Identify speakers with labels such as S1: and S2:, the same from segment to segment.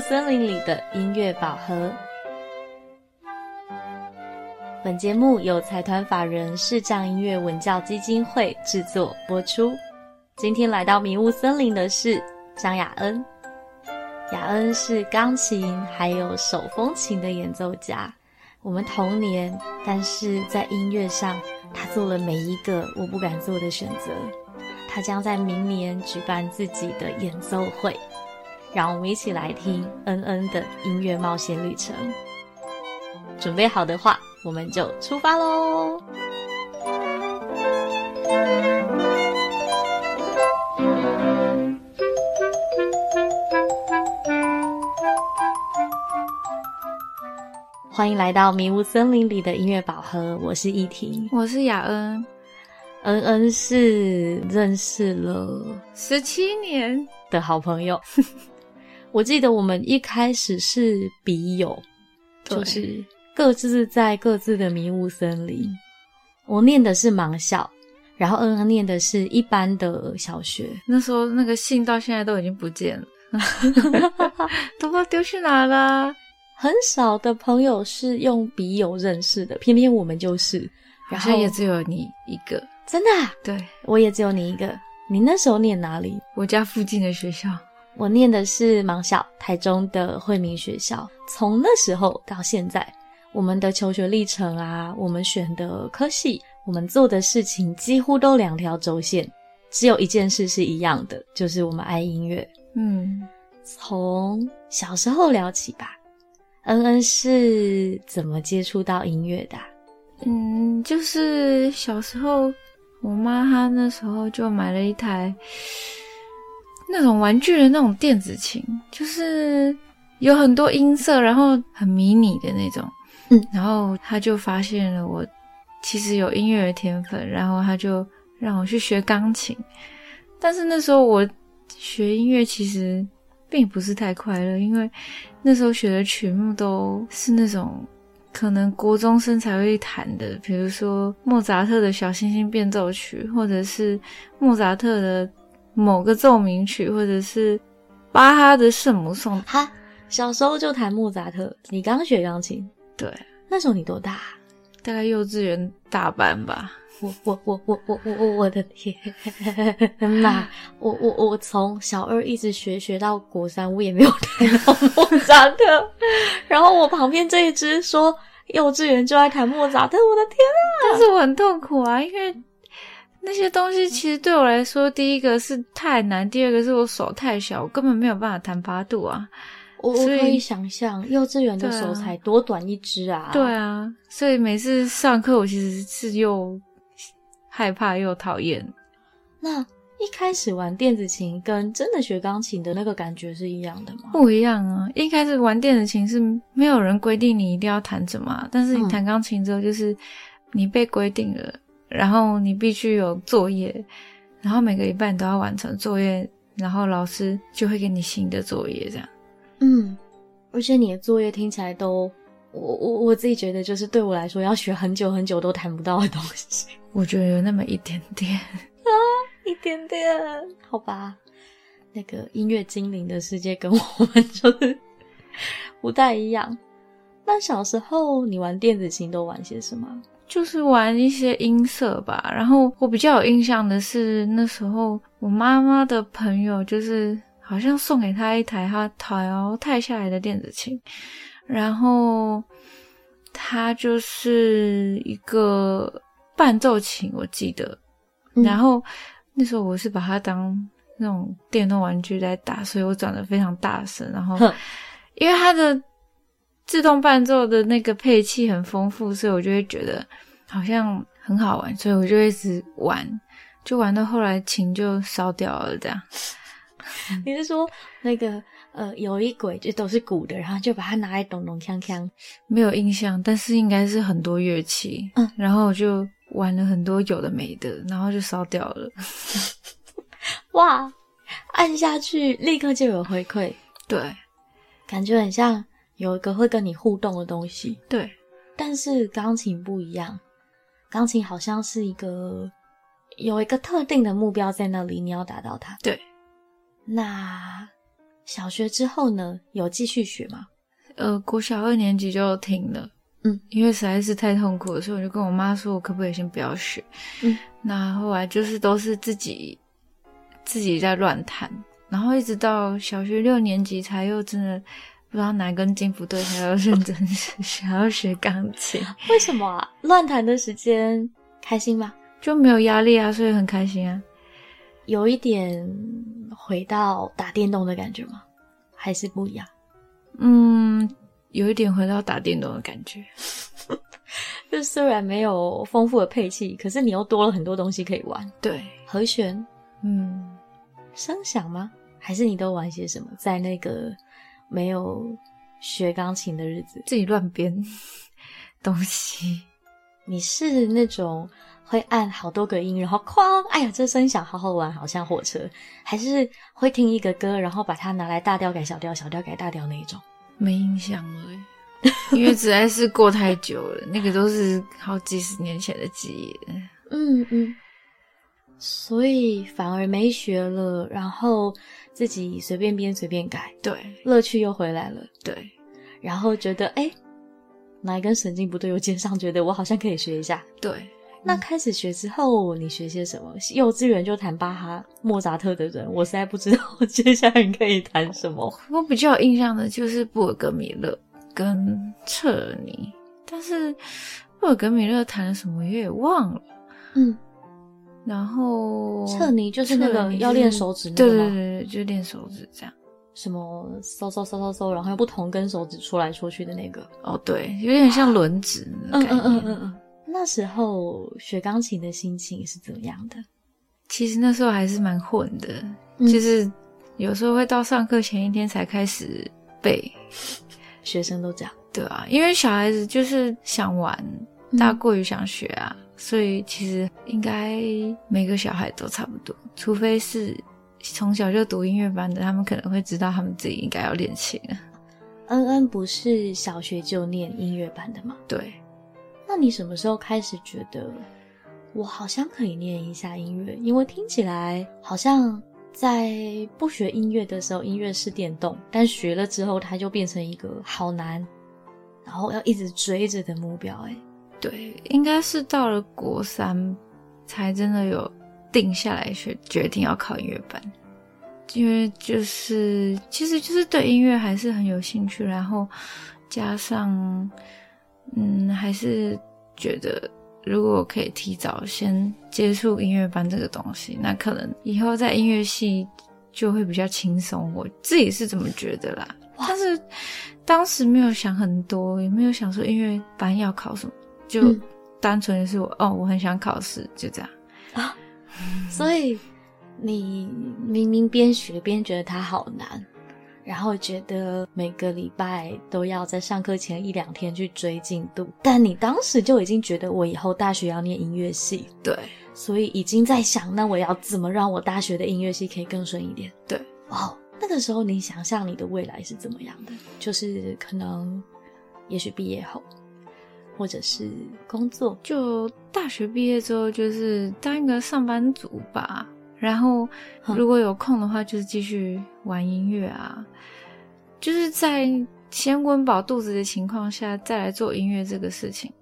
S1: 森林里的音乐宝盒。本节目由财团法人视障音乐文教基金会制作播出。今天来到迷雾森林的是张雅恩，雅恩是钢琴还有手风琴的演奏家，我们同年，但是在音乐上，他做了每一个我不敢做的选择。他将在明年举办自己的演奏会，让我们一起来听恩恩的音乐冒险旅程。准备好的话，我们就出发喽！欢迎来到迷雾森林里的音乐宝盒，我是依婷，
S2: 我是雅恩。
S1: 恩恩是认识了
S2: 十七年
S1: 的好朋友， 我记得我们一开始是笔友，
S2: 对
S1: 就是各自在各自的迷雾森林。
S2: 嗯
S1: 我念的是盲校，然后恩恩念的是一般的小学。
S2: 那时候那个信到现在都已经不见 了，都不知道丢去哪啦。
S1: 很少的朋友是用笔友认识的，偏偏我们就是。
S2: 好
S1: 然
S2: 像
S1: 后
S2: 也只有你一个。
S1: 真的啊、
S2: 对
S1: 我也只有你一个。你那时候念哪里？
S2: 我家附近的学校，
S1: 我念的是盲校，台中的惠民学校。从那时候到现在，我们的求学历程啊，我们选的科系，我们做的事情几乎都两条轴线，只有一件事是一样的，就是我们爱音乐。
S2: 嗯，
S1: 从小时候聊起吧，恩恩是怎么接触到音乐的啊、
S2: 嗯，就是小时候，我妈她那时候就买了一台那种玩具的那种电子琴，就是有很多音色，然后很迷你的那种。
S1: 嗯，
S2: 然后她就发现了我其实有音乐的天分，然后她就让我去学钢琴。但是那时候我学音乐其实并不是太快乐，因为那时候学的曲目都是那种可能国中生才会弹的，比如说莫扎特的小星星变奏曲，或者是莫扎特的某个奏鸣曲，或者是巴哈的圣母颂。
S1: 哈，小时候就弹莫扎特，你刚学钢琴，
S2: 对，
S1: 那时候你多大啊、
S2: 大概幼稚园大班吧。
S1: 我我我我我我我我的天呐！我我我从小二一直学学到国三，我也没有弹到莫扎特。然后我旁边这一只说幼稚园就爱弹莫扎特，我的天啊！
S2: 但是我很痛苦啊，因为那些东西其实对我来说，第一个是太难，第二个是我手太小，我根本没有办法弹八度啊。
S1: 我我
S2: 所以
S1: 可以想象幼稚园的手才多短一只啊！
S2: 对，啊，所以每次上课我其实是又害怕又讨厌。
S1: 那一开始玩电子琴跟真的学钢琴的那个感觉是一样的吗？
S2: 不一样啊！一开始玩电子琴是没有人规定你一定要弹什么啊，但是你
S1: 嗯
S2: 弹钢琴之后，就是你被规定了，然后你必须有作业，然后每个礼拜你都要完成作业，然后老师就会给你新的作业，这样。
S1: 嗯，而且你的作业听起来都，我我我自己觉得就是对我来说要学很久很久都弹不到的东西，
S2: 我觉得有那么一点点，
S1: 一点点，好吧。那个音乐精灵的世界跟我们就是不太一样。那小时候你玩电子琴都玩些什么？
S2: 就是玩一些音色吧。然后我比较有印象的是，那时候我妈妈的朋友就是好像送给她一台她淘汰下来的电子琴，然后它就是一个伴奏琴，我记得。
S1: 嗯
S2: 然后那时候我是把它当那种电动玩具在打，所以我转的非常大声。然后
S1: 哼
S2: 因为它的自动伴奏的那个配器很丰富，所以我就会觉得好像很好玩，所以我就一直玩，就玩到后来琴就烧掉了，这样。
S1: 你是说那个呃，有一轨就都是鼓的，然后就把它拿来咚咚锵锵？
S2: 没有印象，但是应该是很多乐器。
S1: 嗯，
S2: 然后我就玩了很多有的没的，然后就烧掉了。
S1: 哇，按下去立刻就有回馈，
S2: 对
S1: 感觉很像有一个会跟你互动的东西。
S2: 对，
S1: 但是钢琴不一样，钢琴好像是一个有一个特定的目标在那里，你要达到它。
S2: 对，
S1: 那小学之后呢，有继续学吗？
S2: 呃，国小二年级就停了，
S1: 嗯，
S2: 因为实在是太痛苦了，所以我就跟我妈说，我可不可以先不要学？
S1: 嗯，
S2: 那后来就是都是自己自己在乱弹，然后一直到小学六年级才又真的不知道哪根筋不对，才要认真想要学 钢琴，
S1: 为什么啊？乱弹的时间开心吗？
S2: 就没有压力啊，所以很开心啊。
S1: 有一点回到打电动的感觉吗？还是不一样？
S2: 嗯，有一点回到打电动的感觉。
S1: 就虽然没有丰富的配器，可是你又多了很多东西可以玩。
S2: 对，
S1: 和弦、
S2: 嗯。
S1: 声响吗？还是你都玩些什么？在那个没有学钢琴的日子，
S2: 自己乱编 东西。
S1: 你是那种会按好多个音，然后哐，哎呀，这声响好好玩，好像火车，还是会听一个歌，然后把它拿来大调改小调，小调改大调那一种？
S2: 没印象了耶， 因为实在是过太久了，那个都是好几十年前的记忆了。
S1: 嗯嗯，所以反而没学了，然后自己随便编随便改，
S2: 对
S1: 乐趣又回来了。
S2: 对，
S1: 然后觉得哎，诶哪一根神经不对又接上，觉得我好像可以学一下。
S2: 对，
S1: 那开始学之后，你学些什么？幼稚园就弹巴哈、莫扎特的人，我实在不知道接下来可以弹什么。
S2: 我比较有印象的就是布尔格米勒跟彻尔尼，但是布尔格米勒弹了什么我也忘了。
S1: 嗯，
S2: 然后
S1: 彻尼就是那
S2: 彻
S1: 个
S2: 尼
S1: 要练手指那
S2: 对
S1: 个
S2: 对
S1: 吗？
S2: 对对，就练手指这样。
S1: 什么搜搜搜搜搜，然后用不同根手指戳来戳去的那个。
S2: 哦，对，有点像轮指的
S1: 嗯
S2: 概
S1: 嗯
S2: 念。
S1: 嗯嗯嗯。那时候学钢琴的心情是怎么样的？
S2: 其实那时候还是蛮混的，
S1: 嗯
S2: 就是有时候会到上课前一天才开始背，
S1: 学生都这样，
S2: 对啊，因为小孩子就是想玩
S1: 嗯
S2: 大过于想学啊，所以其实应该每个小孩都差不多，除非是从小就读音乐班的，他们可能会知道他们自己应该要练琴了。
S1: 恩恩不是小学就念音乐班的吗？
S2: 对，
S1: 那你什么时候开始觉得我好像可以念一下音乐？因为听起来好像在不学音乐的时候，音乐是电动，但学了之后，它就变成一个好难，然后要一直追着的目标、欸。哎，
S2: 对，应该是到了国三才真的有定下来学，决定要考音乐班，因为就是其实就是对音乐还是很有兴趣，然后加上嗯，还是觉得如果我可以提早先接触音乐班这个东西，那可能以后在音乐系就会比较轻松，我自己是这么觉得啦。但是当时没有想很多，也没有想说音乐班要考什么，就
S1: 嗯
S2: 单纯的是我、哦，我很想考试，就这样。
S1: 所以你明明边学边觉得它好难，然后觉得每个礼拜都要在上课前一两天去追进度，但你当时就已经觉得我以后大学要念音乐系，
S2: 对
S1: 所以已经在想，那我要怎么让我大学的音乐系可以更顺一点？
S2: 对，
S1: 哦，那个时候你想象你的未来是怎么样的？就是可能，也许毕业后，或者是工作，
S2: 就大学毕业之后，就是当一个上班族吧。然后
S1: 嗯
S2: 如果有空的话，就是继续玩音乐啊，就是在先温饱肚子的情况下，再来做音乐这个事情。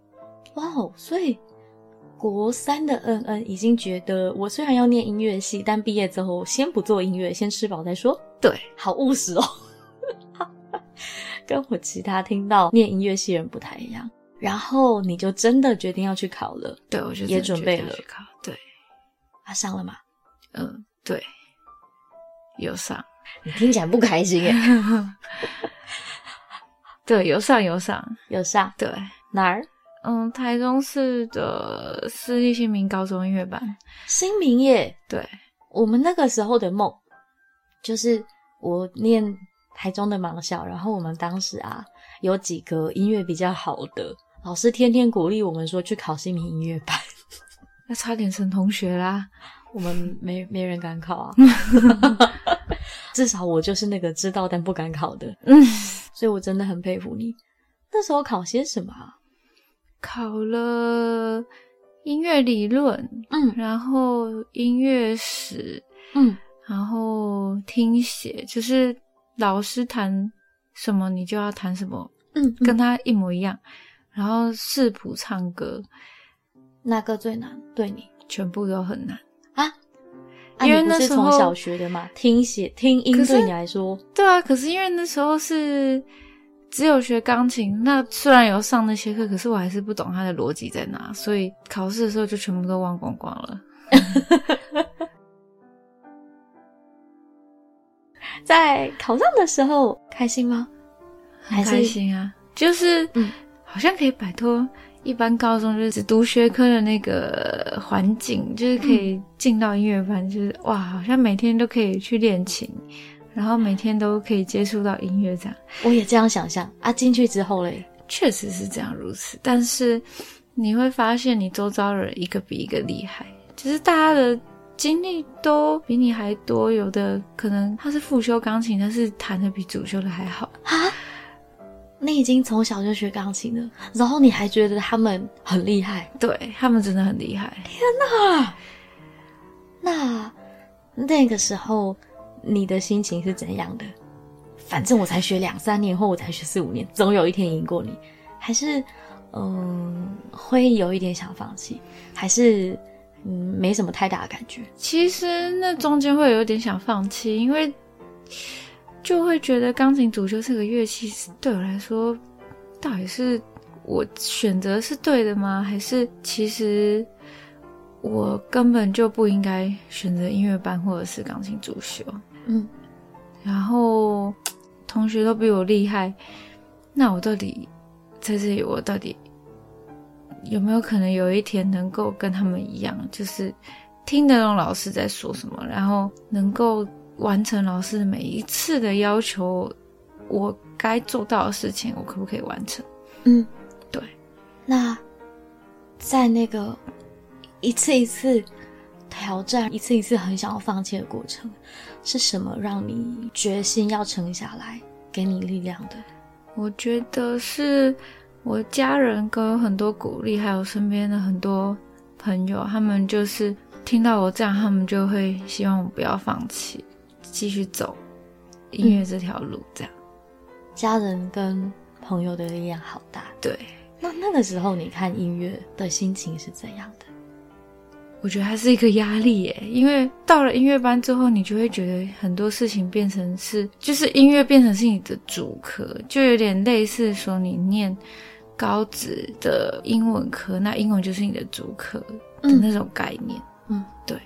S1: 哇哦！所以国三的恩恩已经觉得，我虽然要念音乐系，但毕业之后先不做音乐，先吃饱再说。
S2: 对，
S1: 好务实哦， 跟我其他听到念音乐系人不太一样。然后你就真的决定要去考了
S2: 对我就
S1: 也
S2: 真的
S1: 准
S2: 决
S1: 备
S2: 定要
S1: 了
S2: 去考。对，
S1: 啊？上了吗？
S2: 嗯，对，有上。
S1: 你听起来不开心 耶？
S2: 对，有上有上，
S1: 有上
S2: 对，
S1: 哪儿？
S2: 嗯，台中市的私立新民高中音乐班，
S1: 新民耶。
S2: 对，
S1: 我们那个时候的梦，就是我念台中的盲校，然后我们当时啊，有几个音乐比较好的老师，天天鼓励我们说去考新民音乐班，
S2: 那差点成同学啦，
S1: 我们没没人敢考啊。 至少我就是那个知道但不敢考的，
S2: 嗯，
S1: 所以我真的很佩服你。那时候考些什么啊？
S2: 考了音乐理论，
S1: 嗯
S2: 然后音乐史，
S1: 嗯
S2: 然后听写，就是老师弹什么你就要弹什么，
S1: 嗯，
S2: 跟他一模一样。然后视谱唱歌
S1: 那个最难对你
S2: 全部都很难。
S1: 啊？啊
S2: 因
S1: 你
S2: 为
S1: 不
S2: 那
S1: 是
S2: 时候
S1: 从小学的嘛，听写听音
S2: 可是
S1: 对你来说，
S2: 对啊，可是因为那时候是只有学钢琴，那虽然有上那些课，可是我还是不懂它的逻辑在哪，所以考试的时候就全部都忘光光了。
S1: 在考上的时候开心吗？
S2: 很
S1: 还是
S2: 开心啊，就是
S1: 嗯
S2: 好像可以摆脱一般高中就是只读学科的那个环境，就是可以进到音乐班，就是哇，好像每天都可以去练琴，然后每天都可以接触到音乐这样。
S1: 我也这样想象啊。进去之后嘞，
S2: 确实是这样如此，但是你会发现你周遭人一个比一个厉害，就是大家的经历都比你还多，有的可能他是复修钢琴，但是弹的比主修的还好，
S1: 你已经从小就学钢琴了，然后你还觉得他们很厉害，
S2: 对他们真的很厉害。
S1: 那那个时候你的心情是怎样的？反正我才学两三年，或我才学四五年，总有一天赢过你。还是嗯，会有一点想放弃，还是嗯，没什么太大的感觉。
S2: 其实那中间会有点想放弃，因为就会觉得钢琴主修这个乐器是对我来说，到底是我选择是对的吗？还是其实我根本就不应该选择音乐班或者是钢琴主修？
S1: 嗯，
S2: 然后同学都比我厉害，那我到底在这里，我到底有没有可能有一天能够跟他们一样，就是听得懂老师在说什么，然后能够完成老师每一次的要求，我该做到的事情，我可不可以完成？
S1: 嗯，
S2: 对。
S1: 那在那个一次一次挑战、一次一次很想要放弃的过程，是什么让你决心要撑下来，给你力量的？
S2: 我觉得是我家人给我很多鼓励，还有身边的很多朋友，他们就是听到我这样，他们就会希望我不要放弃，继续走音乐这条路。这样、
S1: 家人跟朋友的力量好大。
S2: 对
S1: 那那个时候，你看音乐的心情是怎样的？
S2: 我觉得还是一个压力耶，因为到了音乐班之后，你就会觉得很多事情变成是，就是音乐变成是你的主科，就有点类似说你念高职的英文科，那英文就是你的主科的那种概念。
S1: 嗯，
S2: 对。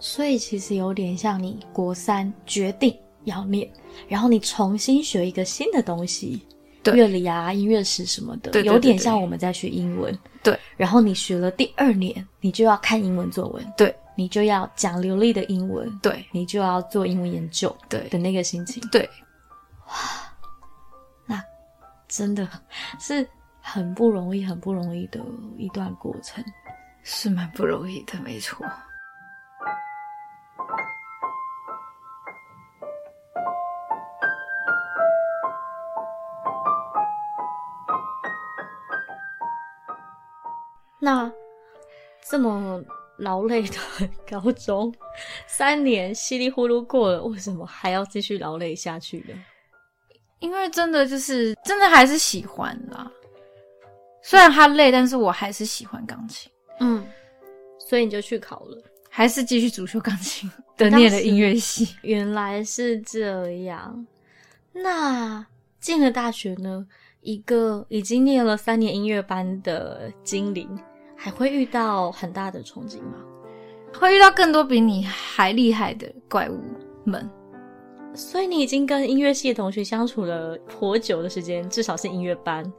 S1: 所以其实有点像你国三决定要念，然后你重新学一个新的东西，
S2: 对
S1: 乐理啊、音乐史什么的，
S2: 对对对
S1: 有点像
S2: 对
S1: 我们在学英文。
S2: 对，
S1: 然后你学了第二年，你就要看英文作文，
S2: 对，
S1: 你就要讲流利的英文，
S2: 对
S1: 你就要做英文研究
S2: 对
S1: 的那个心情，
S2: 对，
S1: 真的是很不容易、很不容易的一段过程。
S2: 是蛮不容易的，没错。
S1: 那这么劳累的高中三年稀里糊涂过了，为什么还要继续劳累下去呢？
S2: 因为真的就是真的还是喜欢啦，虽然他累，但是我还是喜欢钢琴，
S1: 嗯，所以你就去考了。
S2: 还是继续主修钢琴的念了音乐系。
S1: 原来是这样。那进了大学呢，一个已经念了三年音乐班的精灵，还会遇到很大的冲击吗？
S2: 会遇到更多比你还厉害的怪物们，
S1: 所以你已经跟音乐系的同学相处了颇久的时间，至少是音乐班，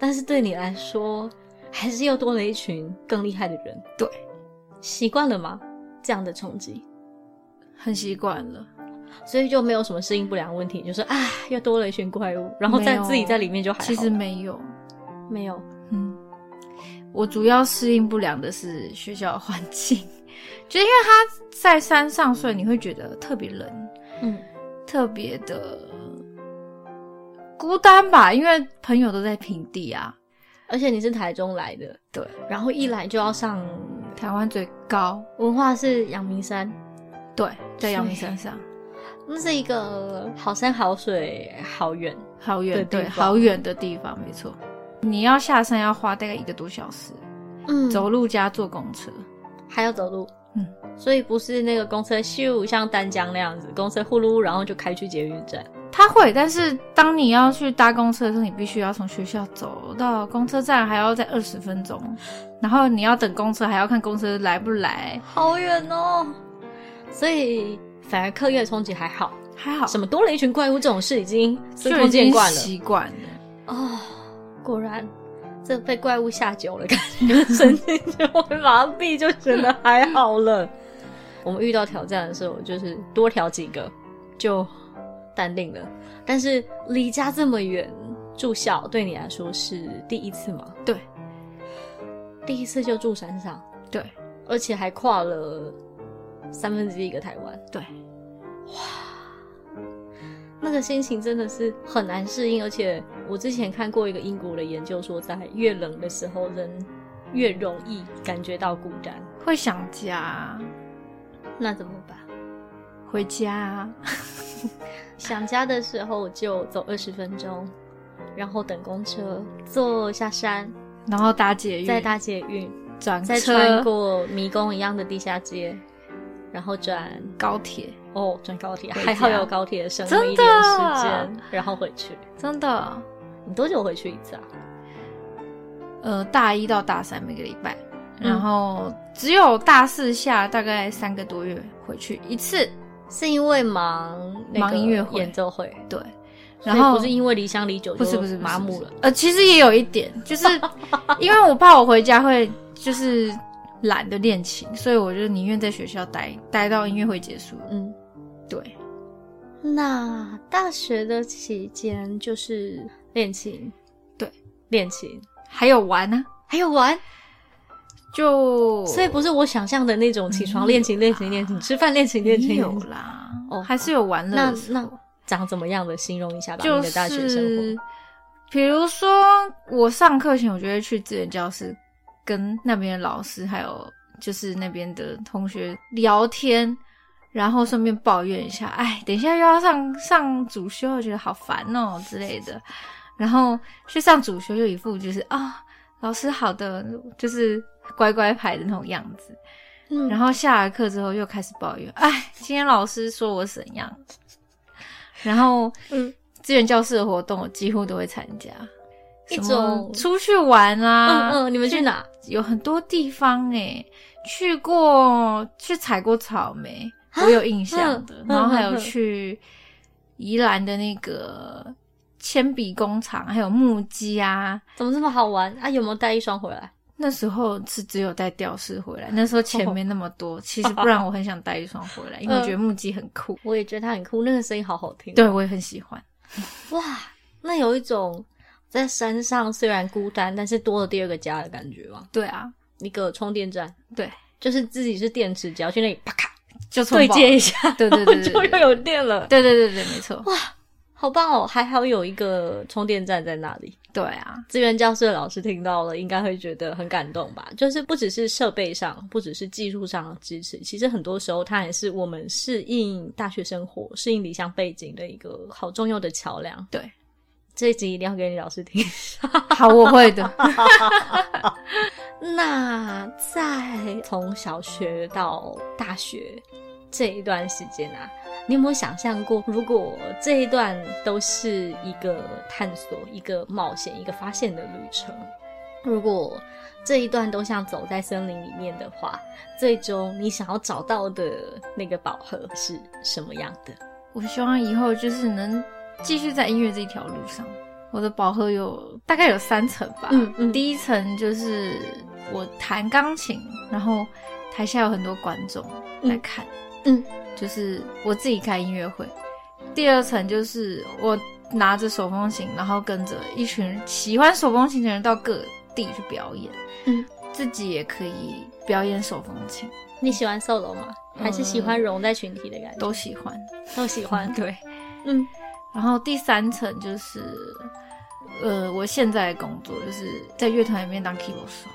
S1: 但是对你来说，还是又多了一群更厉害的人。
S2: 对，
S1: 习惯了吗？这样的冲击，
S2: 很习惯了。
S1: 所以就没有什么适应不良问题，就是啊，又多了一群怪物，然后
S2: 没
S1: 在
S2: 有
S1: 自己在里面就还好了。
S2: 其实没有，
S1: 没有，
S2: 嗯，我主要适应不良的是学校的环境， 就是因为他在山上，所以你会觉得特别冷，
S1: 嗯
S2: 特别的孤单吧，因为朋友都在平地啊。
S1: 而且你是台中来的，
S2: 对，
S1: 然后一来就要上
S2: 台湾最高，
S1: 文化是阳明山，
S2: 对，在阳明山上，
S1: 那是一个好山好水好远，
S2: 好远，
S1: 的地
S2: 对，
S1: 方
S2: 好远的地方，没错。你要下山要花大概一个多小时，
S1: 嗯
S2: 走路加坐公车。
S1: 还要走路，
S2: 嗯，
S1: 所以不是那个公车咻像丹江那样子，公车呼噜然后就开去捷运站，
S2: 它会，但是当你要去搭公车的时候，你必须要从学校走到公车站，还要再二十分钟，然后你要等公车，还要看公车来不来。
S1: 好远哦。所以反而课业冲击还好，
S2: 还好，
S1: 什么多了一群怪物这种事已经司
S2: 就
S1: 空
S2: 已
S1: 见
S2: 经
S1: 惯了
S2: 习惯了。
S1: 哦。果然，这被怪物下酒了，感觉神经就会麻痹，就觉得还好了。我们遇到挑战的时候，就是多挑几个就淡定了。但是离家这么远，住校对你来说是第一次吗？
S2: 对
S1: 第一次就住山上，
S2: 对
S1: 而且还跨了三分之一个台湾，
S2: 对，
S1: 那个心情真的是很难适应。而且我之前看过一个英国的研究说，在越冷的时候，人越容易感觉到孤单。
S2: 会想家，
S1: 那怎么办？
S2: 回家。啊
S1: 想家的时候就走二十分钟，然后等公车，坐下山，
S2: 然后搭捷运，
S1: 再搭捷运，
S2: 转
S1: 再
S2: 车
S1: 穿过迷宫一样的地下街，然后转
S2: 高铁，
S1: 哦转高铁，
S2: 回
S1: 还好
S2: 家
S1: 有高铁省了
S2: 真
S1: 一点时
S2: 的
S1: 间，然后回去。
S2: 真的，
S1: 你多久回去一次啊？
S2: 呃，大一到大三每个礼拜，
S1: 嗯
S2: 然后只有大四下大概三个多月回去一次，
S1: 是因为忙那个
S2: 忙音乐会
S1: 演奏会，
S2: 对。
S1: 所
S2: 然
S1: 以
S2: 后
S1: 不是因为离乡离久，
S2: 不是不是不是
S1: 麻木了，
S2: 呃，其实也有一点，就是 因为我怕我回家会就是懒得练琴，所以我就宁愿在学校待待到音乐会结束。
S1: 嗯。
S2: 对，
S1: 那大学的期间就是练琴，
S2: 对，
S1: 练琴
S2: 还有玩呢、
S1: 还有玩，
S2: 就
S1: 所以不是我想象的那种起床
S2: 没有
S1: 练琴、练琴、练琴，吃饭练琴、
S2: 也
S1: 练琴。
S2: 有啦，
S1: 哦
S2: 还是有玩乐
S1: 那
S2: 的时候。
S1: 那长怎么样的？形容一下吧，
S2: 就
S1: 你的大学生
S2: 是比如说我上课前，我就会去自然教室跟那边的老师还有就是那边的同学聊天。然后顺便抱怨一下，哎，等一下又要上 上主修，我觉得好烦哦之类的。然后去上主修，又一副就是啊、老师好的，就是乖乖牌的那种样子。
S1: 活，嗯
S2: 然后下了课之后又开始抱怨，哎，今天老师说我怎样。然后，
S1: 嗯
S2: 嗯，资源教室的活动我几乎都会参加，
S1: 一
S2: 什么
S1: 种
S2: 出去玩啊，
S1: 嗯嗯，你们去哪？
S2: 有很多地方哎、去过去采过草莓，我有印象的，
S1: 啊嗯
S2: 然后还
S1: 嗯嗯
S2: 有去宜兰的那个铅笔工厂，还有木屐啊。
S1: 怎么这么好玩啊？有没有带一双回来？
S2: 那时候是只有带吊饰回来，那时候钱没那么
S1: 哦
S2: 多，其实不然我很想带一双回 来，因为我觉得木屐很酷，
S1: 我也觉得它很酷，那个声音好好听。
S2: 对我也很喜欢。
S1: 哇，那有一种在山上虽然孤单，但是多了第二个家的感觉吧。
S2: 对啊，
S1: 一个充电站，
S2: 对，
S1: 就是自己是电池，只要去那里啪咔
S2: 就充
S1: 对
S2: 饱
S1: 接
S2: 了
S1: 一下，
S2: 对对对 对
S1: 就
S2: 对
S1: 又有电了。
S2: 对对对对，没错，
S1: 好棒哦！还好有一个充电站在那里。
S2: 对啊，
S1: 资源教室的老师听到了，应该会觉得很感动吧？就是不只是设备上，不只是技术上的支持，其实很多时候它也是我们适应大学生活、适应理想背景的一个好重要的桥梁。
S2: 对，
S1: 这一集一定要给你老师听。
S2: 好，我会的。
S1: 那在从小学到大学这一段时间啊，你有没有想象过，如果这一段都是一个探索、一个冒险、一个发现的旅程，如果这一段都像走在森林里面的话，最终你想要找到的那个宝盒是什么样的？
S2: 我希望以后就是能继续在音乐这一条路上。我的饱和有大概有三层吧，
S1: 嗯嗯
S2: 第一层就是我弹钢琴，然后台下有很多观众来看，
S1: 嗯嗯
S2: 就是我自己开音乐会。第二层就是我拿着手风琴，然后跟着一群喜欢手风琴的人到各地去表演，
S1: 嗯，
S2: 自己也可以表演手风琴，
S1: 你喜欢 solo 吗？还是喜欢融在群体的感觉？
S2: 都喜欢，
S1: 都喜欢。
S2: 对。
S1: 嗯，
S2: 然后第三层就是，呃，我现在的工作就是在乐团里面当 keyboard 手。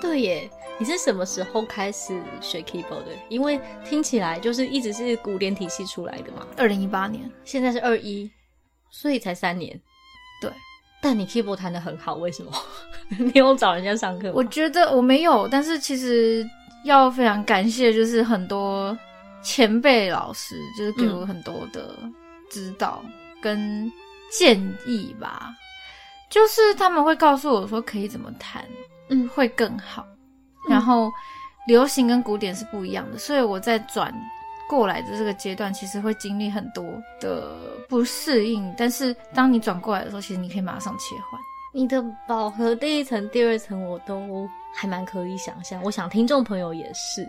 S1: 对耶，你是什么时候开始学 keyboard 的？因为听起来就是一直是古典体系出来的嘛。
S2: 二零一八年，
S1: 现在是二一，所以才三年。
S2: 对，
S1: 但你 keyboard 弹得很好，为什么？ 你有找人家上课吗？
S2: 我觉得我没有，但是其实要非常感谢，就是很多前辈老师，就是给我很多的指导跟建议吧。就是他们会告诉我说可以怎么弹，
S1: 嗯
S2: 会更好。
S1: 嗯
S2: 然后流行跟古典是不一样的，所以我在转过来的这个阶段，其实会经历很多的不适应。但是当你转过来的时候，其实你可以马上切换。
S1: 你的饱和第一层、第二层我都还蛮可以想象，我想听众朋友也是。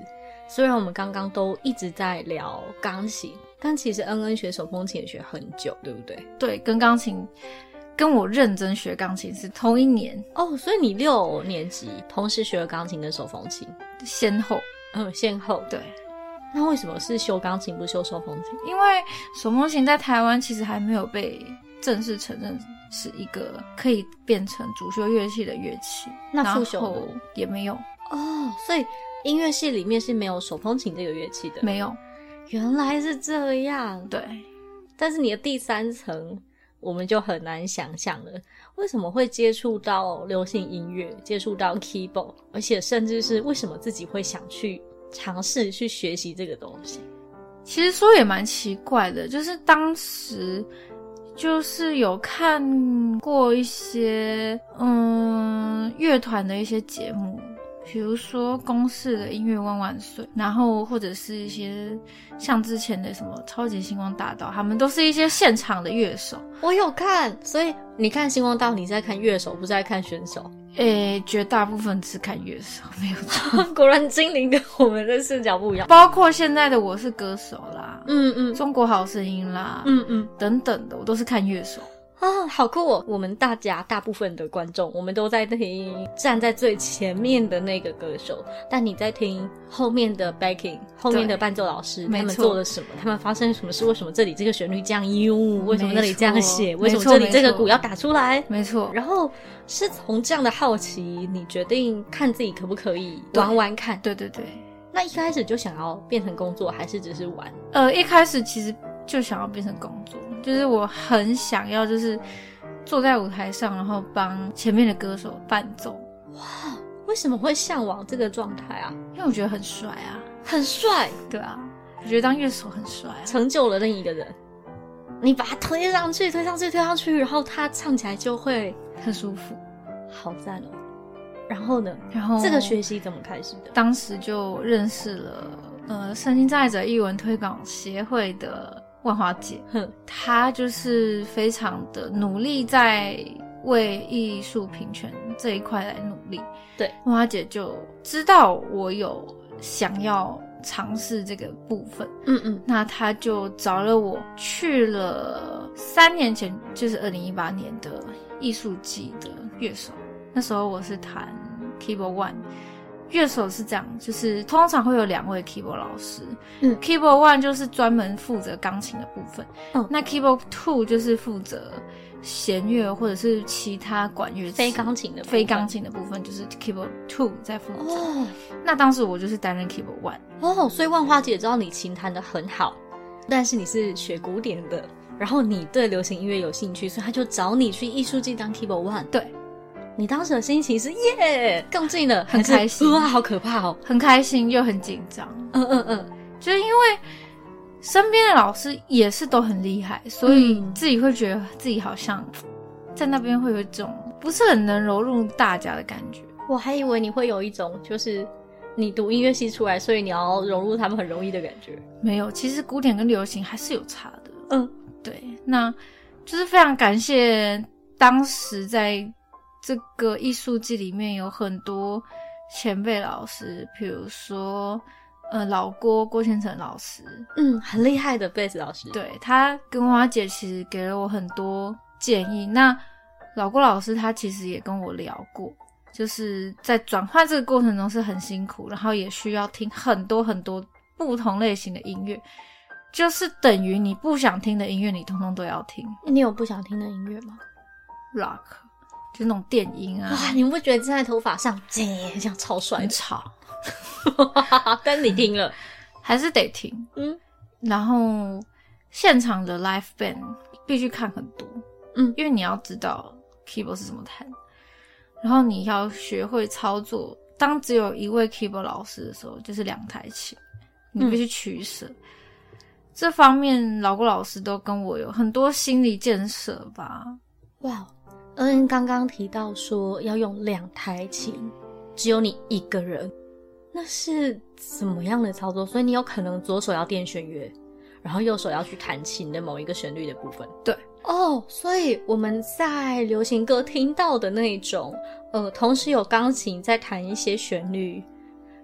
S1: 虽然我们刚刚都一直在聊钢琴，但其实恩恩学手风琴也学很久，对不对？
S2: 对，跟钢琴，跟我认真学钢琴是同一年
S1: 哦，所以你六年级同时学了钢琴跟手风琴，
S2: 先后。
S1: 嗯，先后。
S2: 对，
S1: 那为什么是修钢琴不修手风琴？
S2: 因为手风琴在台湾其实还没有被正式承认是一个可以变成主修乐器的乐器，
S1: 那
S2: 然
S1: 副修呢
S2: 后也没有，
S1: 哦，所以音乐系里面是没有手风琴这个乐器的。
S2: 没有，
S1: 原来是这样。
S2: 对，
S1: 但是你的第三层，我们就很难想象了。为什么会接触到流行音乐，接触到 keyboard，而且甚至是为什么自己会想去尝试去学习这个东西？
S2: 其实说也蛮奇怪的，就是当时就是有看过一些嗯乐团的一些节目，比如说公式的音乐万万岁，然后或者是一些像之前的什么超级星光大道，他们都是一些现场的乐手，
S1: 我有看，所以你看《星光大道》，你在看乐手，不是在看选手。
S2: 诶，绝大部分是看乐手，没有错，
S1: 果然精灵跟我们的视角不一样。
S2: 包括现在的我是歌手啦，
S1: 嗯嗯
S2: 中国好声音啦，
S1: 嗯嗯
S2: 等等的，我都是看乐手。
S1: 啊，好酷哦！我们大家大部分的观众，我们都在听站在最前面的那个歌手，但你在听后面的 backing，后面的伴奏老师
S2: 没
S1: 他们
S2: 错
S1: 做了什么，他们发生什么事，为什么这里这个旋律这样 u，为什么
S2: 没
S1: 那里这样
S2: 错
S1: 写，
S2: 没
S1: 为什么
S2: 错
S1: 这里
S2: 没
S1: 这个
S2: 错
S1: 鼓要打出来。
S2: 没错，
S1: 然后是从这样的好奇，你决定看自己可不可以
S2: 对
S1: 玩玩看。
S2: 对对对，
S1: 那一开始就想要变成工作，还是只是玩？
S2: 呃，一开始其实就想要变成工作，就是我很想要就是坐在舞台上，然后帮前面的歌手伴奏，
S1: 为什么会向往这个状态啊？
S2: 因为我觉得很帅啊，
S1: 很帅，
S2: 对啊，我觉得当乐手很帅啊，
S1: 成就了另一个人。你把他推上去，推上去，推上去，然后他唱起来就会
S2: 很舒服。
S1: 好赞哦。然后呢，
S2: 然后
S1: 这个学习怎么开始的？
S2: 当时就认识了呃，身心障碍者艺文推广协会的万华姐，
S1: 哼，
S2: 他就是非常的努力在为艺术平权这一块来努力。
S1: 对，
S2: 花姐就知道我有想要尝试这个部分，
S1: 嗯嗯，
S2: 那她就找了我去了三年前，就是二零一八年的艺术季的乐手。那时候我是弹 keyboard one。乐手是这样，就是通常会有两位 keyboard 老师，
S1: 嗯
S2: ，keyboard one 就是专门负责钢琴的部分，
S1: 嗯
S2: 那 keyboard two 就是负责弦乐或者是其他管乐器
S1: 非钢琴的部分
S2: 非钢琴的部分就是 keyboard two 在负责。
S1: 哦
S2: 那当时我就是担任 keyboard one，
S1: 哦，所以万花姐知道你琴弹得很好，但是你是学古典的，然后你对流行音乐有兴趣，所以她就找你去艺术季当 keyboard one。
S2: 对，
S1: 你当时的心情是耶，更近了，
S2: 很
S1: 还是
S2: 开心
S1: 哇，好可怕哦。
S2: 很开心又很紧张，
S1: 嗯嗯嗯，
S2: 就是因为身边的老师也是都很厉害，所以
S1: 嗯
S2: 自己会觉得自己好像在那边会有一种不是很能融入大家的感觉。
S1: 我还以为你会有一种就是你读音乐系出来，所以你要融入他们很容易的感觉。
S2: 没有，其实古典跟流行还是有差的。
S1: 嗯，
S2: 对，那就是非常感谢当时在这个艺术季里面有很多前辈老师，比如说呃老郭郭千成老师，
S1: 嗯，很厉害的贝斯老师。，
S2: 对他跟花姐其实给了我很多建议。那老郭老师他其实也跟我聊过，就是在转换这个过程中是很辛苦，然后也需要听很多很多不同类型的音乐，就是等于你不想听的音乐，你通通都要听
S1: 你有不想听的音乐吗？
S2: rock。就那种电音啊，
S1: 哇，你们不觉得站在头发上，这样超帅
S2: 很
S1: 的？
S2: 吵，
S1: 但是你听了，
S2: 还是得听。
S1: 嗯
S2: 然后现场的 live band 必须看很多，
S1: 嗯
S2: 因为你要知道 keyboard 是怎么弹，然后你要学会操作。当只有一位 keyboard 老师的时候，就是两台琴，
S1: 嗯
S2: 你必须取舍。这方面，老郭老师都跟我有很多心理建设吧。
S1: 哇，恩刚刚提到说要用两台琴，只有你一个人，那是怎么样的操作？所以你有可能左手要电弦乐，然后右手要去弹琴的某一个旋律的部分。
S2: 对，
S1: 哦，所以我们在流行歌听到的那种，呃，同时有钢琴在弹一些旋律，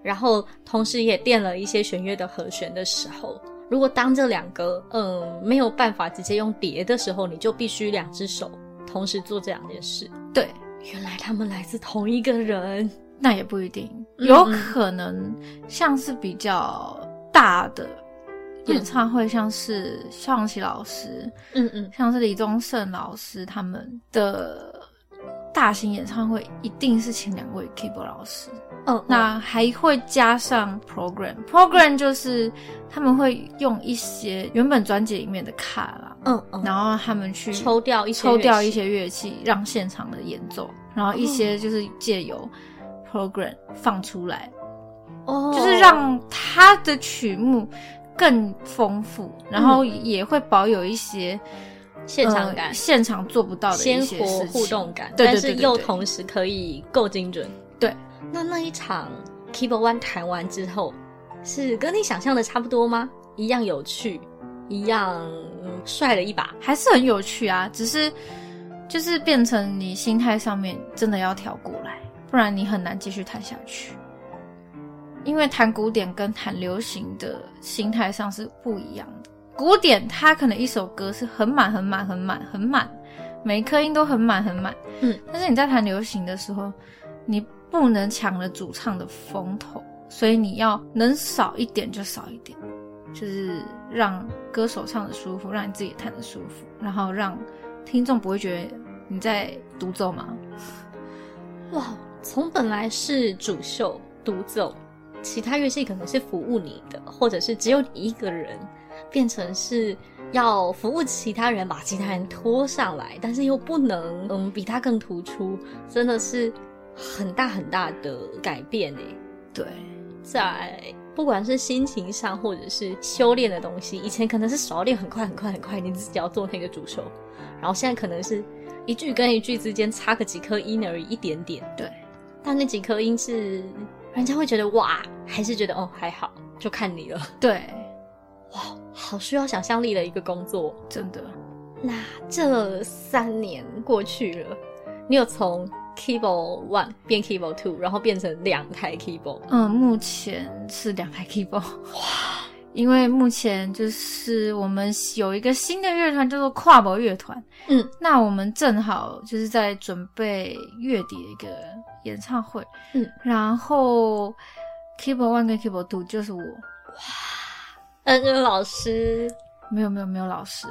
S1: 然后同时也垫了一些弦乐的和弦的时候，如果当这两个嗯没有办法直接用叠的时候，你就必须两只手同时做这两件事。
S2: 对，
S1: 原来他们来自同一个人，
S2: 那也不一定，
S1: 嗯
S2: 有可能像是比较大的演唱会，像是肖煌奇老师，
S1: 嗯嗯
S2: 像是李宗盛老师他们的大型演唱会，一定是请两位 keyboard 老师，
S1: 哦，
S2: 那还会加上 program，program 就是他们会用一些原本专辑里面的卡啦，
S1: 嗯嗯，
S2: 然后他们去
S1: 抽掉一些
S2: 抽掉一
S1: 乐器
S2: 些乐器，让现场的演奏，然后一些就是借由 program 放出来，
S1: 哦，
S2: 就是让他的曲目更丰富，然后也会保有一些
S1: 嗯现场
S2: 呃
S1: 感、
S2: 现场做不到的
S1: 鲜
S2: 一些
S1: 活
S2: 事情
S1: 互动感，
S2: 对
S1: 但
S2: 对
S1: 是
S2: 对对
S1: 又
S2: 对
S1: 同时可以够精准。
S2: 对，
S1: 那那一场 Keyboard One 弹完之后，是跟你想象的差不多吗？一样有趣，一样嗯帅了一把。
S2: 还是很有趣啊，只是就是变成你心态上面真的要调过来，不然你很难继续弹下去。因为弹古典跟弹流行的心态上是不一样的。古典它可能一首歌是很满很满很满很满，每一颗音都很满很满。
S1: 嗯，
S2: 但是你在弹流行的时候，你不能抢了主唱的风头，所以你要能少一点就少一点。就是让歌手唱的舒服，让你自己弹的舒服，然后让听众不会觉得你在独奏嘛。
S1: 哇，从本来是主秀独奏，其他乐器可能是服务你的，或者是只有你一个人，变成是要服务其他人，把其他人拖上来，但是又不能嗯比他更突出，真的是很大很大的改变欸诶。
S2: 对，
S1: 在不管是心情上，或者是修炼的东西，以前可能是手要练很快很快很快，你自己要做那个主手，然后现在可能是一句跟一句之间差个几颗音而已，一点点。
S2: 对，
S1: 但那几颗音是人家会觉得哇，还是觉得哦还好，就看你了。
S2: 对，
S1: 好需要想象力的一个工作。
S2: 真的
S1: 那这三年过去了，你有从 keyboard one 变 keyboard two，然后变成两台 keyboard，
S2: 嗯，目前是两台 keyboard。哇，因为目前就是我们有一个新的乐团叫做跨博乐团，
S1: 嗯，
S2: 那我们正好就是在准备月底的一个演唱会，
S1: 嗯，
S2: 然后 keyboard one 跟 keyboard two 就是我，
S1: 恩恩呃老师
S2: 没有没有没有老师，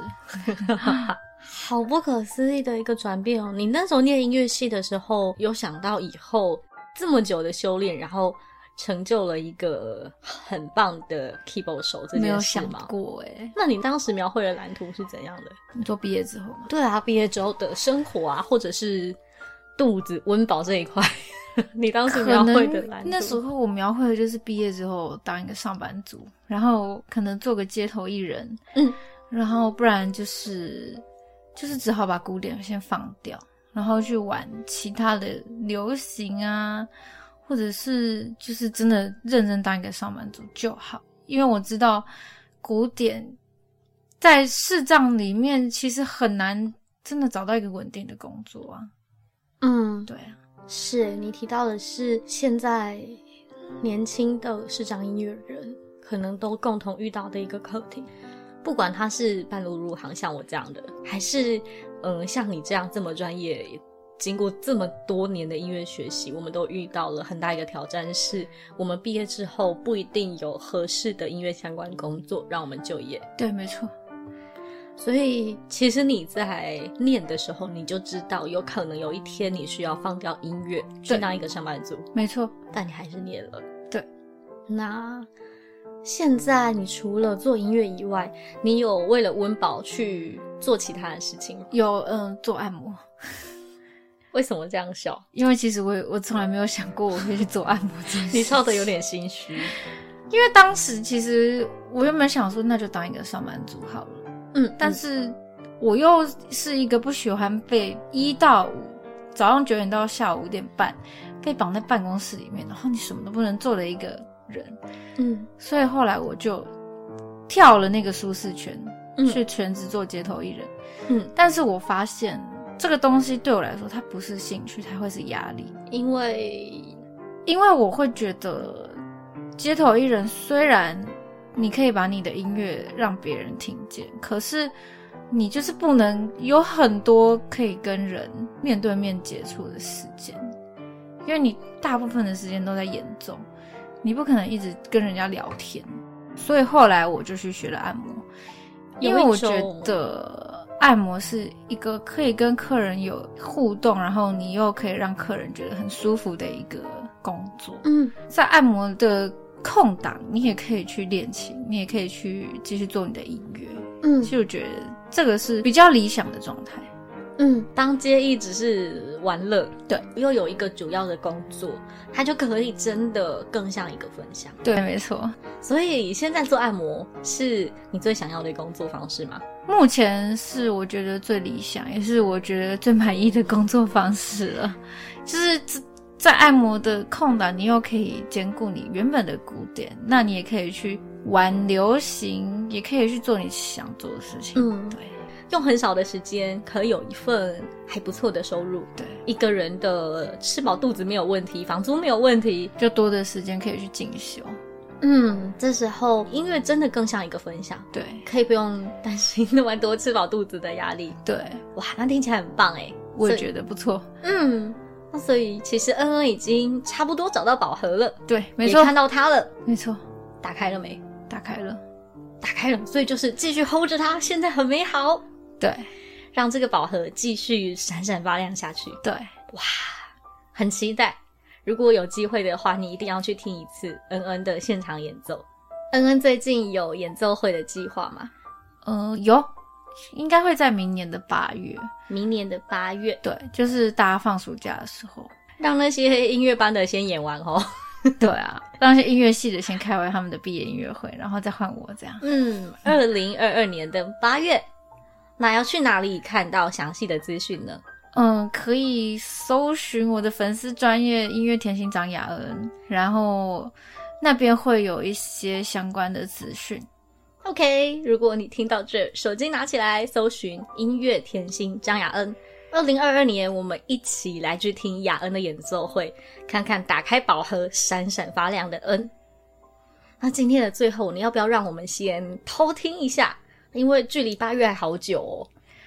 S1: 好不可思议的一个转变哦！你那时候念音乐系的时候，有想到以后这么久的修炼，然后成就了一个很棒的 keyboard 手这
S2: 没有
S1: 件事
S2: 想
S1: 吗？
S2: 过哎、
S1: 那你当时描绘的蓝图是怎样的？
S2: 你说毕业之后吗？
S1: 对啊，毕业之后的生活啊，或者是肚子温饱这一块， 你当时描
S2: 可
S1: 绘的
S2: 能
S1: 蓝图
S2: 那时候我描绘的就是毕业之后当一个上班族，然后可能做个街头艺人，
S1: 嗯，
S2: 然后不然就是就是只好把古典先放掉，然后去玩其他的流行啊，或者是就是真的认真当一个上班族就好，因为我知道古典在市藏里面其实很难真的找到一个稳定的工作啊，
S1: 嗯，
S2: 对啊，
S1: 是你提到的是现在年轻的市长音乐人可能都共同遇到的一个课题，不管他是半路入行像我这样的，还是嗯、呃像你这样这么专业。经过这么多年的音乐学习，我们都遇到了很大一个挑战，是我们毕业之后不一定有合适的音乐相关工作让我们就业。
S2: 对，没错。
S1: 所以其实你在念的时候，你就知道有可能有一天你需要放掉音乐，去当一个上班族，
S2: 没错，
S1: 但你还是念了。
S2: 对，
S1: 那现在你除了做音乐以外，你有为了温饱去做其他的事情吗？
S2: 有嗯、做按摩，
S1: 为什么这样笑？
S2: 因为其实我也我从来没有想过我会去做按摩这件事。
S1: 你笑的有点心 虚。
S2: 因为当时其实我原本想说，那就当一个上班族好了，
S1: 嗯，
S2: 但是我又是一个不喜欢被一到五早上九点到下午五点半被绑在办公室里面，然后你什么都不能做的一个人，
S1: 嗯
S2: 所以后来我就跳了那个舒适圈，
S1: 嗯
S2: 去全职做街头艺人。
S1: 嗯，
S2: 但是我发现这个东西对我来说，它不是兴趣，它会是压力。
S1: 因为
S2: 因为我会觉得，街头艺人虽然你可以把你的音乐让别人听见，可是你就是不能有很多可以跟人面对面接触的时间，因为你大部分的时间都在演奏，你不可能一直跟人家聊天。所以后来我就去学了按摩，因为
S1: 有一
S2: 我觉
S1: 种
S2: 得按摩是一个可以跟客人有互动，然后你又可以让客人觉得很舒服的一个工作。
S1: 嗯
S2: 在按摩的空档，你也可以去练琴，你也可以去继续做你的音乐。
S1: 嗯
S2: 其实我觉得这个是比较理想的状态。
S1: 嗯，当街艺只是玩乐，
S2: 对，
S1: 又有一个主要的工作，它就可以真的更像一个分享。
S2: 对，没错。
S1: 所以现在做按摩是你最想要的工作方式吗？
S2: 目前是我觉得最理想，也是我觉得最满意的工作方式了。就是在在按摩的空档，你又可以兼顾你原本的古典，那你也可以去玩流行，也可以去做你想做的事情。
S1: 嗯
S2: 对
S1: 用很少的时间可以有一份还不错的收入，
S2: 对，
S1: 一个人的吃饱肚子没有问题，房租没有问题。
S2: 就多的时间可以去进修。
S1: 嗯，这时候音乐真的更像一个分享，
S2: 对
S1: 可以不用担心那么多吃饱肚子的压力。
S2: 对，
S1: 哇，那听起来很棒哎！
S2: 我也
S1: 所以
S2: 觉得不错。
S1: 嗯，那所以其实恩恩已经差不多找到饱和了，
S2: 对，没
S1: 也
S2: 错，
S1: 看到他了，
S2: 没错，
S1: 打开了没？
S2: 打开了。
S1: 打开了，所以就是继续 hold 着它，现在很美好，
S2: 对
S1: 让这个饱和继续闪闪发亮下去，
S2: 对，
S1: 很期待。如果有机会的话，你一定要去听一次恩恩的现场演奏。恩恩最近有演奏会的计划吗？
S2: 嗯、有，应该会在明年的八月。
S1: 明年的八月，
S2: 对，就是大家放暑假的时候。
S1: 让那些音乐班的先演完哦。
S2: 对啊，让那些音乐系的先开完他们的毕业音乐会，然后再换我这样。
S1: 嗯，二零二二年的八月，那要去哪里看到详细的资讯呢？
S2: 嗯，可以搜寻我的粉丝专业音乐甜心张雅恩，然后那边会有一些相关的资讯。
S1: OK，如果你听到这儿，手机拿起来搜寻“音乐甜心”张雅恩。二零二二年，我们一起来去听雅恩的演奏会，看看打开宝盒闪闪发亮的恩。那今天的最后，你要不要让我们先偷听一下？因为距离八月还好久哦，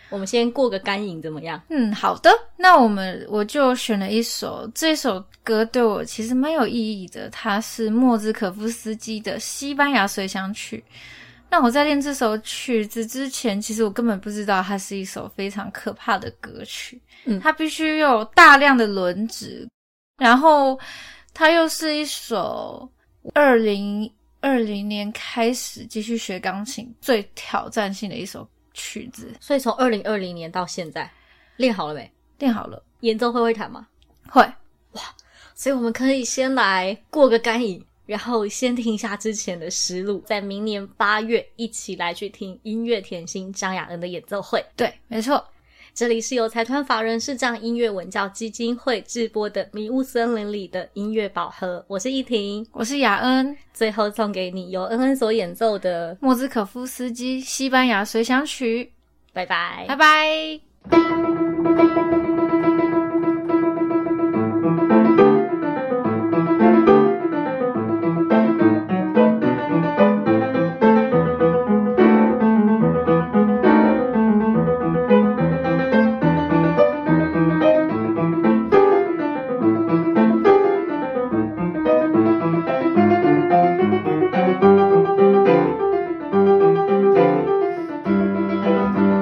S1: 我们先过个干瘾怎么样？
S2: 嗯，好的，那我们我就选了一首，这首歌对我其实蛮有意义的，它是莫兹可夫斯基的《西班牙随想曲》。那我在练这首曲子之前，其实我根本不知道它是一首非常可怕的歌曲。
S1: 嗯
S2: 它必须有大量的轮指，然后它又是一首二零二零年开始继续学钢琴最挑战性的一首曲子。
S1: 所以从二零二零年到现在，练好了没？
S2: 练好了，
S1: 演奏会会弹吗？
S2: 会。
S1: 所以我们可以先来过个干瘾，然后先听一下之前的实录，在明年八月一起来去听音乐甜心张雅恩的演奏会。
S2: 对，没错。
S1: 这里是由财团法人视障音乐文教基金会制播的《迷雾森林里的音乐宝盒》，我是依婷。
S2: 我是雅恩，
S1: 最后送给你由恩恩所演奏的，
S2: 莫兹可夫斯基《西班牙随想曲》，
S1: 拜拜
S2: 拜。拜。
S3: Thank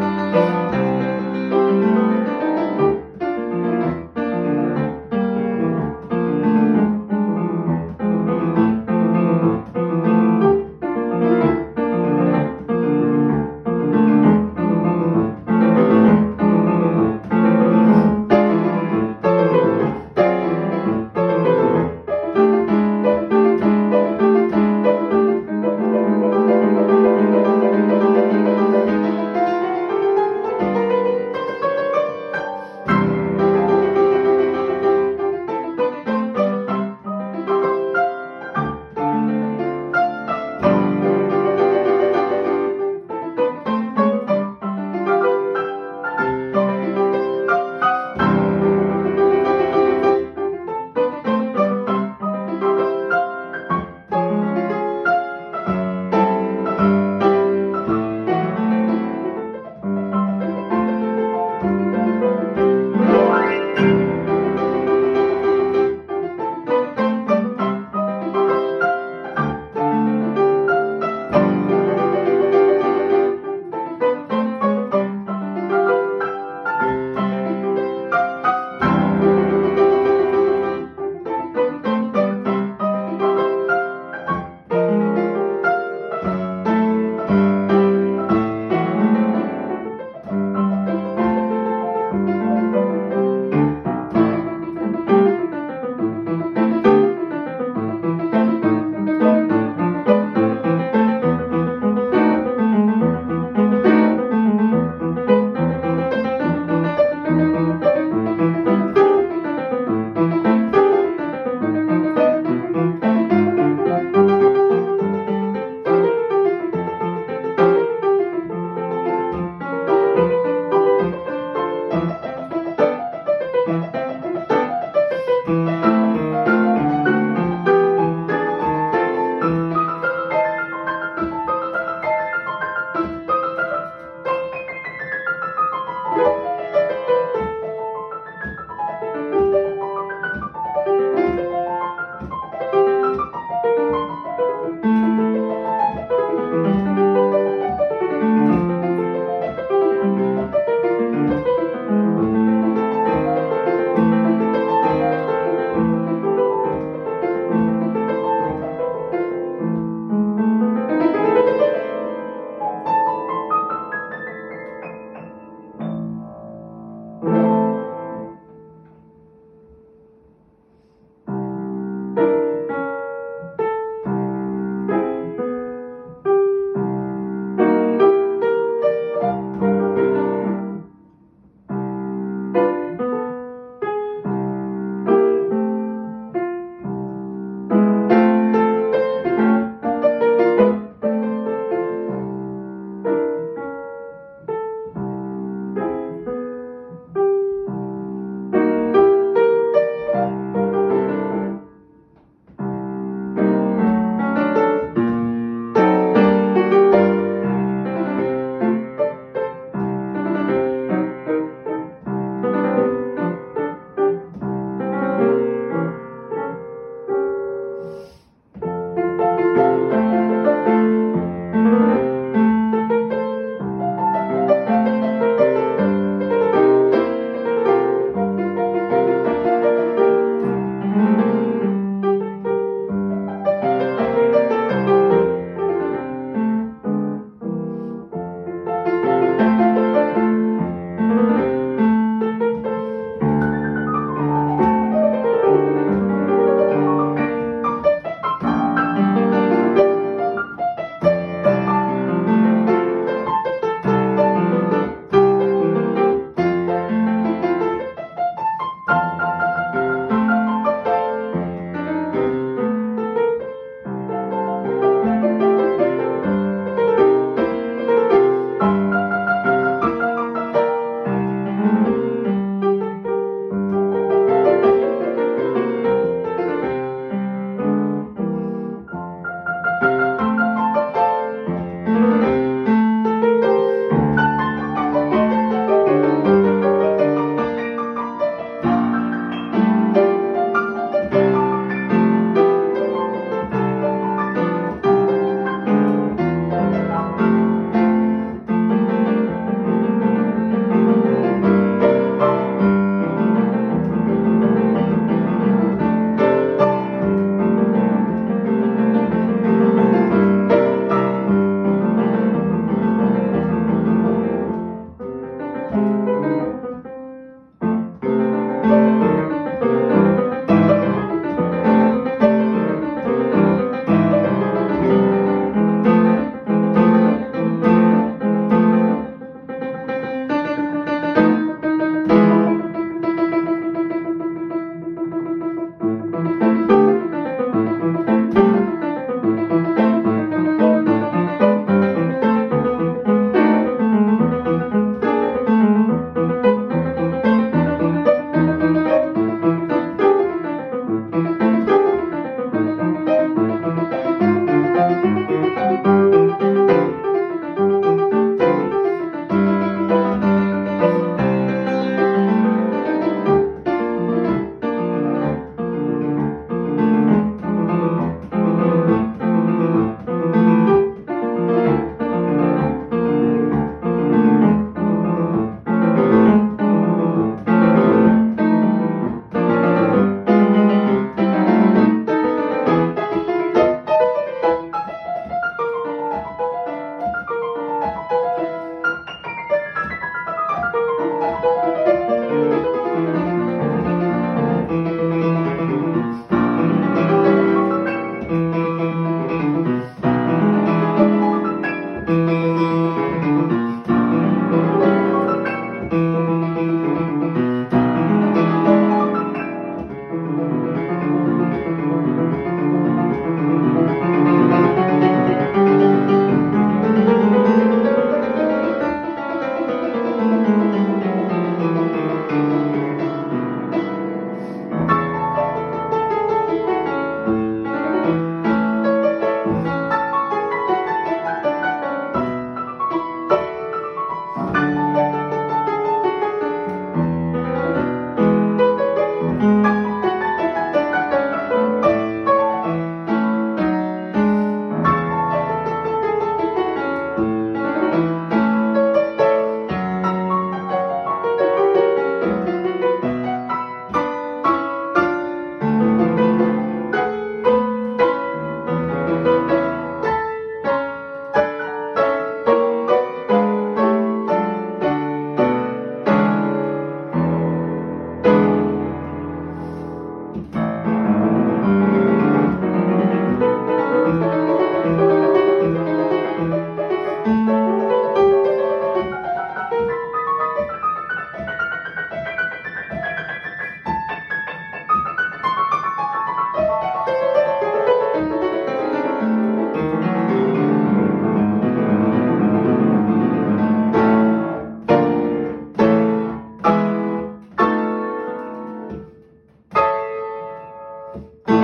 S1: 嗯